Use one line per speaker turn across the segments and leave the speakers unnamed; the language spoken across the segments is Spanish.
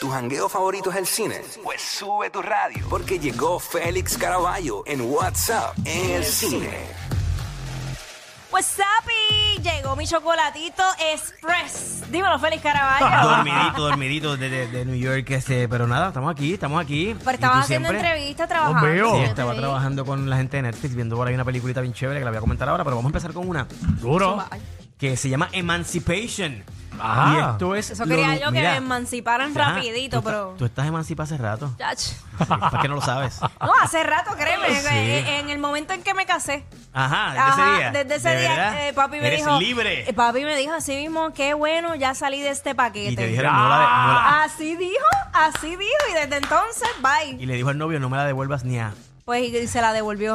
¿Tu jangueo favorito es el cine? Pues sube tu radio. Porque llegó Félix Caraballo en WhatsApp en el cine.
What's up, y llegó mi chocolatito express. Dímelo, Félix
Ah,
Caraballo.
dormidito, dormidito desde de, de New York, este, pero nada, estamos aquí, estamos aquí.
Pero
¿Y
estabas
tú
haciendo
siempre?
entrevistas, trabajando.
Los veo.
Yo
Sí,
te
estaba
vi.
trabajando con la gente de Netflix, viendo por ahí una peliculita bien chévere que la voy a comentar ahora, pero vamos a empezar con una
Duro.
que se llama Emancipation.
Ajá.
Y esto es...
Eso
lo-
quería yo que
mira,
me emanciparan
ajá,
rapidito,
tú estás-
pero...
Tú estás emancipada hace rato.
Chach.
¿Para qué no lo sabes?
No, hace rato, créeme,
Ah, Sí.
que- en, en el momento en que me casé.
Ajá, desde
Ajá,
ese día.
Desde ese
¿De verdad?
día, eh, papi me
Eres
dijo...
libre.
eh, papi me dijo así mismo, qué bueno, ya salí de este paquete.
y te dijeron, "Ah". no la... de- no la-
Así dijo, así dijo, y desde entonces, bye.
y le dijo al novio, no me la devuelvas ni a...
Pues y, y se la devolvió.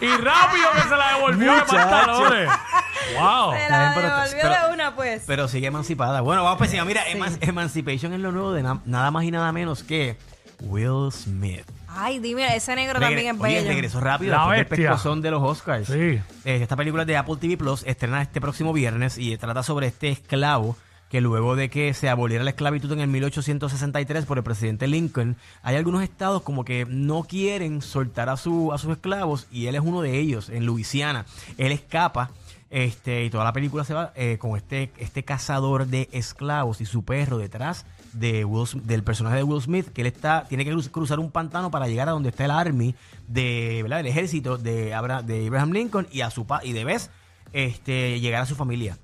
Y, y rápido que se la devolvió de pantalones. Wow.
Se
Está
la
bien, pero-
devolvió
pero-
de una, pues.
Pero sigue emancipada. Bueno, vamos pues, mira, eman- Emancipation es lo nuevo de na- nada más y nada menos que Will Smith.
Ay, dime, ese negro también es
Regre- Oye,
bello.
regresó rápido
La
después del
bestia.
pescozón de los Oscars.
Sí.
Eh, esta película de Apple TV Plus estrena este próximo viernes y trata sobre este esclavo que luego de que se aboliera la esclavitud en el 1863 por el presidente Lincoln, hay algunos estados como que no quieren soltar a, su, a sus esclavos y él es uno de ellos, en Luisiana. Él escapa este, y toda la película se va eh, con este, este cazador de esclavos y su perro detrás de Will Sm- del personaje de Will Smith, que él está, tiene que cruz- cruzar un pantano para llegar a donde está el army de, ¿verdad? del ejército de, Abra- de Abraham Lincoln y a su pa- y de vez este, llegar a su familia.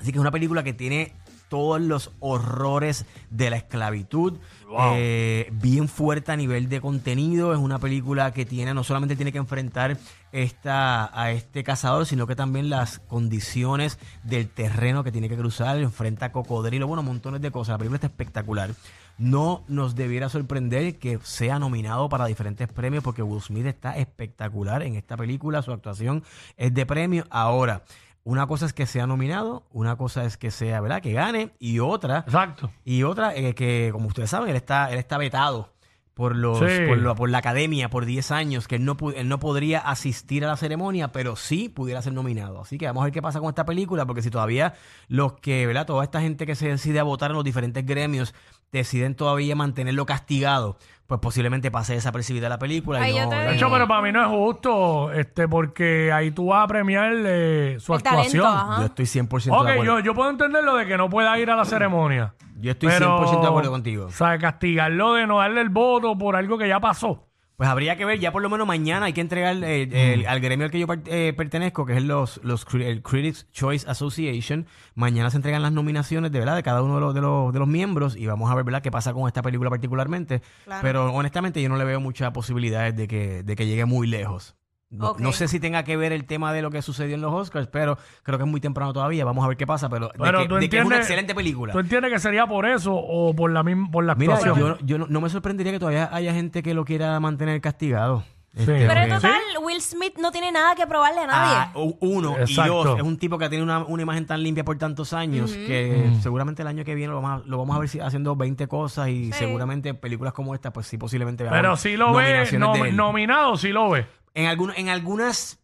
Así que es una película que tiene todos los horrores de la esclavitud.
Wow.
eh, bien fuerte a nivel de contenido. Es una película que tiene, no solamente tiene que enfrentar esta, a este cazador, sino que también las condiciones del terreno que tiene que cruzar. Enfrenta cocodrilo, bueno, montones de cosas. La película está espectacular. No nos debiera sorprender que sea nominado para diferentes premios porque Will Smith está espectacular en esta película. Su actuación es de premio. Ahora, una cosa es que sea nominado, una cosa es que sea, ¿verdad? Que gane y otra
Exacto.
y otra eh, que como ustedes saben él está él está vetado por los
Sí.
por, lo- por la academia por 10 años que él no pu- él no podría asistir a la ceremonia, pero sí pudiera ser nominado. Así que vamos a ver qué pasa con esta película porque si todavía los que, ¿verdad? Toda esta gente que se decide a votar en los diferentes gremios deciden todavía mantenerlo castigado, pues posiblemente pase desapercibida la película
Ay,
y
yo
no
te
¿verdad?
De hecho, pero para mí no es justo, este, porque ahí tú vas a premiar eh, su
El talento,
actuación.
ajá.
Yo estoy 100% de
Ok,
acuerdo.
yo, yo puedo entender lo de que no pueda ir a la ceremonia.
Yo estoy
pero,
100% de acuerdo contigo.
O sea, castigarlo de no darle el voto por algo que ya pasó.
Pues habría que ver, ya por lo menos mañana hay que entregar
Mm.
eh, el- al gremio al que yo part- eh, pertenezco, que es los, los cri- el Critics Choice Association. Mañana se entregan las nominaciones de verdad de cada uno de los, de los, de los miembros y vamos a ver verdad qué pasa con esta película particularmente.
Claro.
Pero honestamente yo no le veo muchas posibilidades de que, de que llegue muy lejos. No,
Ok.
no sé si tenga que ver el tema de lo que sucedió en los Oscars, pero creo que es muy temprano todavía. Vamos a ver qué pasa, pero, de
Pero
que-
tú
de que es una
entiendes-
excelente película.
¿Tú entiendes que sería por eso o por la, misma, por la
Mira,
actuación?
yo, yo no, no me sorprendería que todavía haya gente que lo quiera mantener castigado. Este,
Sí.
Pero en
porque-
total, Will Smith no tiene nada que probarle a nadie.
Ah, u- uno y
Exacto.
dos. Es un tipo que tiene una, una imagen tan limpia por tantos años que
Mm.
seguramente el año que viene lo vamos a, lo vamos a ver si- haciendo 20 cosas y seguramente películas como esta, pues sí, posiblemente veamos
pero sí lo ve,
nominaciones
nom-
de él.
nominado sí lo ve.
En, algún- en algunas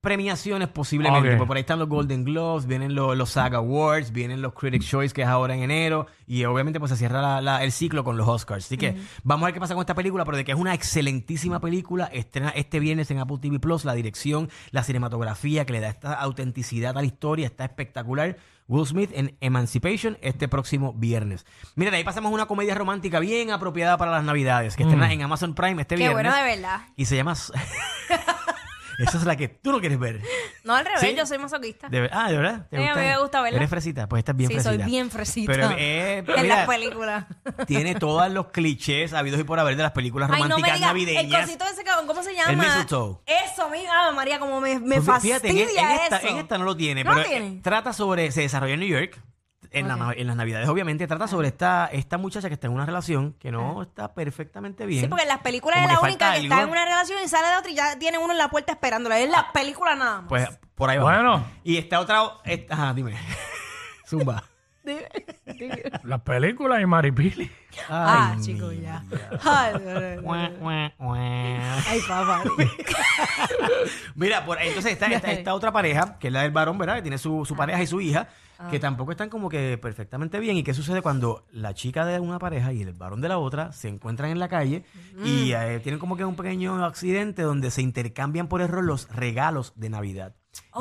premiaciones posiblemente,
Ok.
porque por ahí están los Golden Globes, vienen los, los SAG Awards, vienen los Critics Choice que es ahora en enero y obviamente pues se cierra la- la- el ciclo con los Oscars. Así que vamos a ver qué pasa con esta película, pero de que es una excelentísima película, estrena este viernes en Apple TV Plus, la dirección, la cinematografía que le da esta autenticidad a la historia, está espectacular. Will Smith en Emancipation este próximo viernes. Mira, de ahí pasamos a una comedia romántica bien apropiada para las Navidades, que estrena en Amazon Prime este
Qué
viernes.
bueno, de verdad.
Y se llama. Esa es la que tú no quieres ver.
No, al revés,
¿Sí?
yo soy masoquista.
De ver- Ah, de verdad. ¿Te
Sí, a mí me gusta verla.
Eres fresita, pues estás bien
sí,
fresita.
soy bien fresita.
Pero, eh,
en
mira,
las películas.
Tiene todos los clichés habidos y por haber de las películas
Ay, no
románticas
me digas. El
navideñas.
cosito ese, que- ¿cómo se llama?
El mistletoe.
Eso, mi ah, María, como me, me
Pues fíjate, en,
fastidia
en esta,
eso.
en esta no lo tiene,
No
pero
lo tiene.
eh, trata sobre. Se desarrolla en New York. en, la nav- en las navidades, obviamente, trata sobre esta, esta muchacha que está en una relación que no está perfectamente bien.
Sí, porque en las películas
Como
es la
que
única
falta
que está
algo.
en una relación y sale de otra y ya tiene uno en la puerta esperándola. Es la película nada más.
Pues por ahí va.
Bueno.
Y está otra. esta- ajá, dime. Zumba.
Las películas y Maripili.
ah,
Ay,
chicos,
mi-
ya. Ay, no, no, no.
Guau, guau, guau.
Ay, papá.
Mira, por, entonces está esta, esta otra pareja, que es la del varón, ¿verdad? Que tiene su,
Ah.
su pareja y su hija, que tampoco están como que perfectamente bien. ¿Y qué sucede cuando la chica de una pareja y el varón de la otra se encuentran en la calle
Mm.
y eh, tienen como que un pequeño accidente donde se intercambian por error los regalos de Navidad?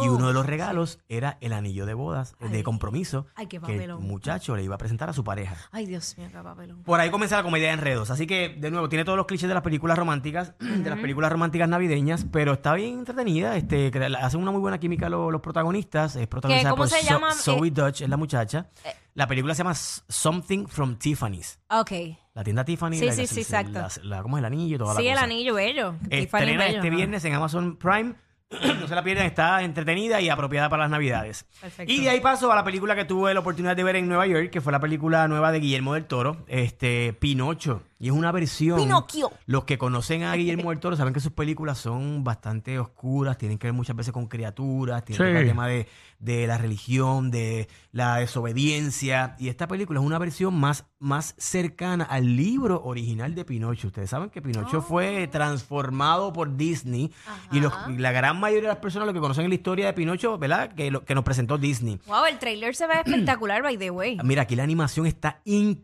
Y
Oh,
uno de los regalos era el anillo de bodas, eh, de compromiso,
Ay, qué
que el
papelón.
muchacho le iba a presentar a su pareja.
Ay, Dios mío, qué papelón.
Por ahí comienza la comedia de enredos. Así que, de nuevo, tiene todos los clichés de las películas románticas, de las películas románticas navideñas, pero está bien entretenida. Este, cre- la- hacen una muy buena química lo- los protagonistas. Es protagonizada
¿Cómo
por
se
So-
llama? Eh,
Zoe Dutch, es la muchacha. La película se llama S- Something from Tiffany's.
Ok.
La tienda Tiffany.
Sí,
la-
sí,
la-
sí,
la-
exacto.
la- ¿Cómo es el anillo? y Toda
Sí,
la
el
cosa.
anillo bello. Tiffany
Estrena
bello,
este
ajá.
viernes en Amazon Prime. no se la pierdan, está entretenida y apropiada para las navidades.
Perfecto.
Y de ahí paso a la película que tuve la oportunidad de ver en Nueva York, que fue la película nueva de Guillermo del Toro, este Pinocho. Y es una versión.
Pinocchio.
Los que conocen a Guillermo del Toro saben que sus películas son bastante oscuras, tienen que ver muchas veces con criaturas, tienen que ver
Sí.
el tema de, de la religión, de la desobediencia. Y esta película es una versión más, más cercana al libro original de Pinocho. Ustedes saben que Pinocho fue transformado por Disney y, los- y la gran mayoría de las personas lo que conocen es la historia de Pinocho, ¿verdad? Que, lo- que nos presentó Disney.
Wow, el trailer se ve espectacular, by the way.
Mira, aquí la animación está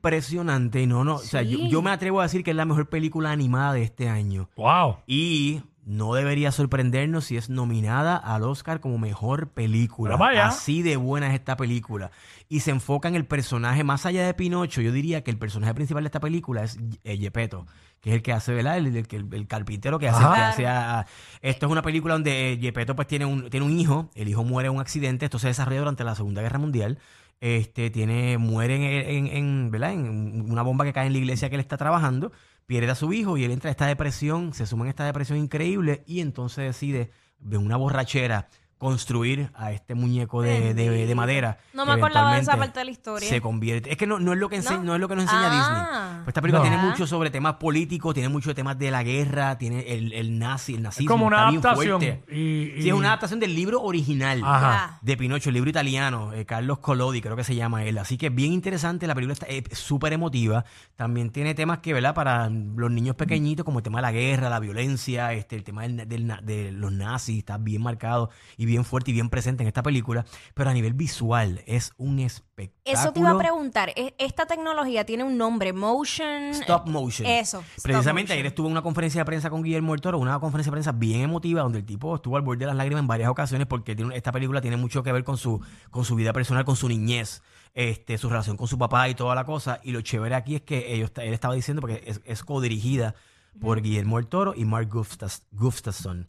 impresionante. No, no, o sea, yo,
Sí.
yo me atrevo a decir que es la mejor película animada de este año.
Wow.
Y no debería sorprendernos si es nominada al Oscar como mejor película.
Pero vaya.
Así de buena es esta película. Y se enfoca en el personaje, más allá de Pinocho, yo diría que el personaje principal de esta película es eh, Gepetto, que es el que hace, ¿verdad? El, el, el- el carpintero que hace,
Ajá.
que hace a- Esto es una película donde eh, Gepetto pues tiene un, tiene un hijo, el hijo muere en un accidente, esto se desarrolla durante la Segunda Guerra Mundial. Este tiene, muere en, en- en, ¿verdad? en una bomba que cae en la iglesia que él está trabajando pierde a su hijo y él entra a esta depresión, se suma en esta depresión increíble y entonces decide de una borrachera construir a este muñeco de, de- de madera.
No
que
me acordaba de esa
eventualmente
parte de la historia.
Se convierte. Es que no, no es lo que ense-
¿No?
no es lo que nos enseña
Ah.
Disney. Pues esta película
No.
tiene
Ah.
mucho sobre temas políticos, tiene mucho de temas de la guerra, tiene el, el nazi, el nazismo.
como
está
una
bien
adaptación, Ah,
fuerte.
y- y-
Sí, es una adaptación del libro original
Ah.
Ajá.
de Pinocho, el libro italiano, eh, Carlos Collodi, creo que se llama él. Así que bien interesante, la película está eh, súper emotiva. También tiene temas que, ¿verdad? Para los niños pequeñitos, como el tema de la guerra, la violencia, este, el tema del, del na- de los nazis, está bien marcado y bien fuerte y bien presente en esta película. Pero a nivel visual, es un espectáculo.
Eso te iba a preguntar. E- Esta tecnología tiene un nombre, motion.
Stop motion.
Eso, stop
Precisamente
motion.
ayer estuvo en una conferencia de prensa con Guillermo del Toro, una conferencia de prensa bien emotiva, donde el tipo estuvo al borde de las lágrimas en varias ocasiones porque tiene- esta película tiene mucho que ver con su, con su vida personal, con su niñez, este, su relación con su papá y toda la cosa. Y lo chévere aquí es que ellos, él estaba diciendo, porque es, es codirigida por Guillermo del Toro y Mark Gustas- Gustafson.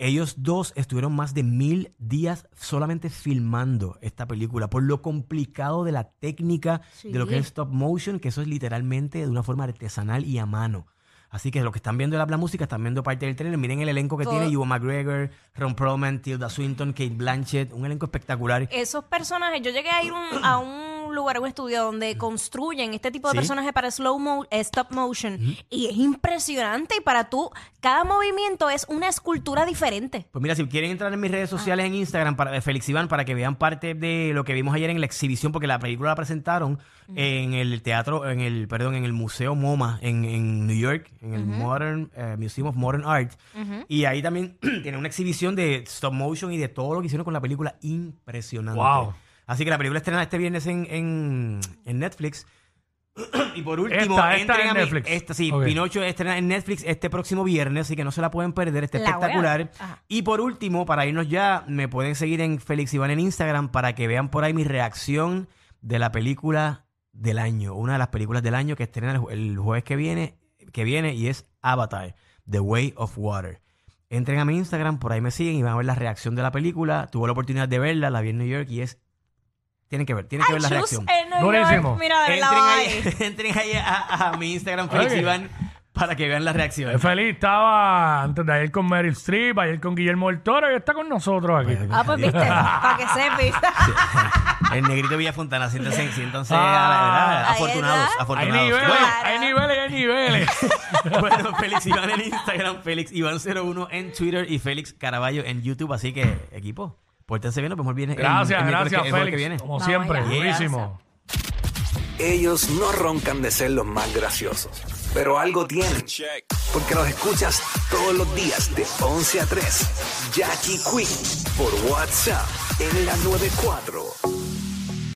Ellos dos estuvieron más de mil días solamente filmando esta película por lo complicado de la técnica de lo que
Sí.
es stop motion, que eso es literalmente de una forma artesanal y a mano. Así que lo que están viendo de la, la música, están viendo parte del trailer. Miren el elenco que
Todo-
tiene Ewan McGregor, Ron Perlman, Tilda Swinton, Kate Blanchett. Un elenco espectacular.
Esos personajes, yo llegué a ir un- a un lugar, un estudio donde construyen este tipo de
Sí.
personajes para slow mo eh, stop motion. Y es impresionante. Y para tú, cada movimiento es una escultura diferente.
Pues mira, si quieren entrar en mis redes sociales en Instagram para de Félix Iván para que vean parte de lo que vimos ayer en la exhibición, porque la película la presentaron en el teatro, en el, perdón, en el Museo MoMA en, en New York, en el Modern eh, Museum of Modern Art. Y ahí también tiene una exhibición de stop motion y de todo lo que hicieron con la película impresionante.
Wow.
Así que la película estrena este viernes en, en, en Netflix. y por último,
Esta- esta
entren
en
a mi-
Netflix.
esta- sí,
Ok.
Pinocho estrena en Netflix este próximo viernes, así que no se la pueden perder. Está
La voy a ver.
espectacular.
Ajá.
Y por último, para irnos ya, me pueden seguir en Félix Iván en Instagram para que vean por ahí mi reacción de la película del año, una de las películas del año que estrena el, jue- el jueves que viene, que viene y es Avatar, The Way of Water. Entren a mi Instagram, por ahí me siguen y van a ver la reacción de la película. Tuve la oportunidad de verla, la vi en New York y es... Tienen que ver, tienen que ver la
Ay, chus, eh,
reacción.
en New York.
Durísimo.
Mira, de
Entren
verdad,
ahí,
bye.
entren ahí a, a- a mi Instagram, Félix
Ok.
Iván, para que vean la reacción.
Feliz estaba antes de ayer con Meryl Streep, ayer con Guillermo del Toro y está con nosotros aquí.
Ah, pues viste, para que sepas.
El negrito Villafontana, siéntense, siéntense
Ah,
a la- a la- afortunados,
¿verdad?
Hay
afortunados.
niveles,
Bueno,
hay niveles, y hay niveles.
Bueno, Félix Iván en Instagram, Félix Iván01 en Twitter y Félix Caraballo en YouTube. Así que, equipo, pórtense bien, nos vemos el viernes. el-
Gracias,
el miércoles
gracias,
que- el jueves que viene.
Félix. Como
Vamos
siempre,
allá.
durísimo.
Ellos no roncan de ser los más graciosos, pero algo tienen, porque los escuchas todos los días de 11 a 3. Jackie Quinn por WhatsApp en la 94.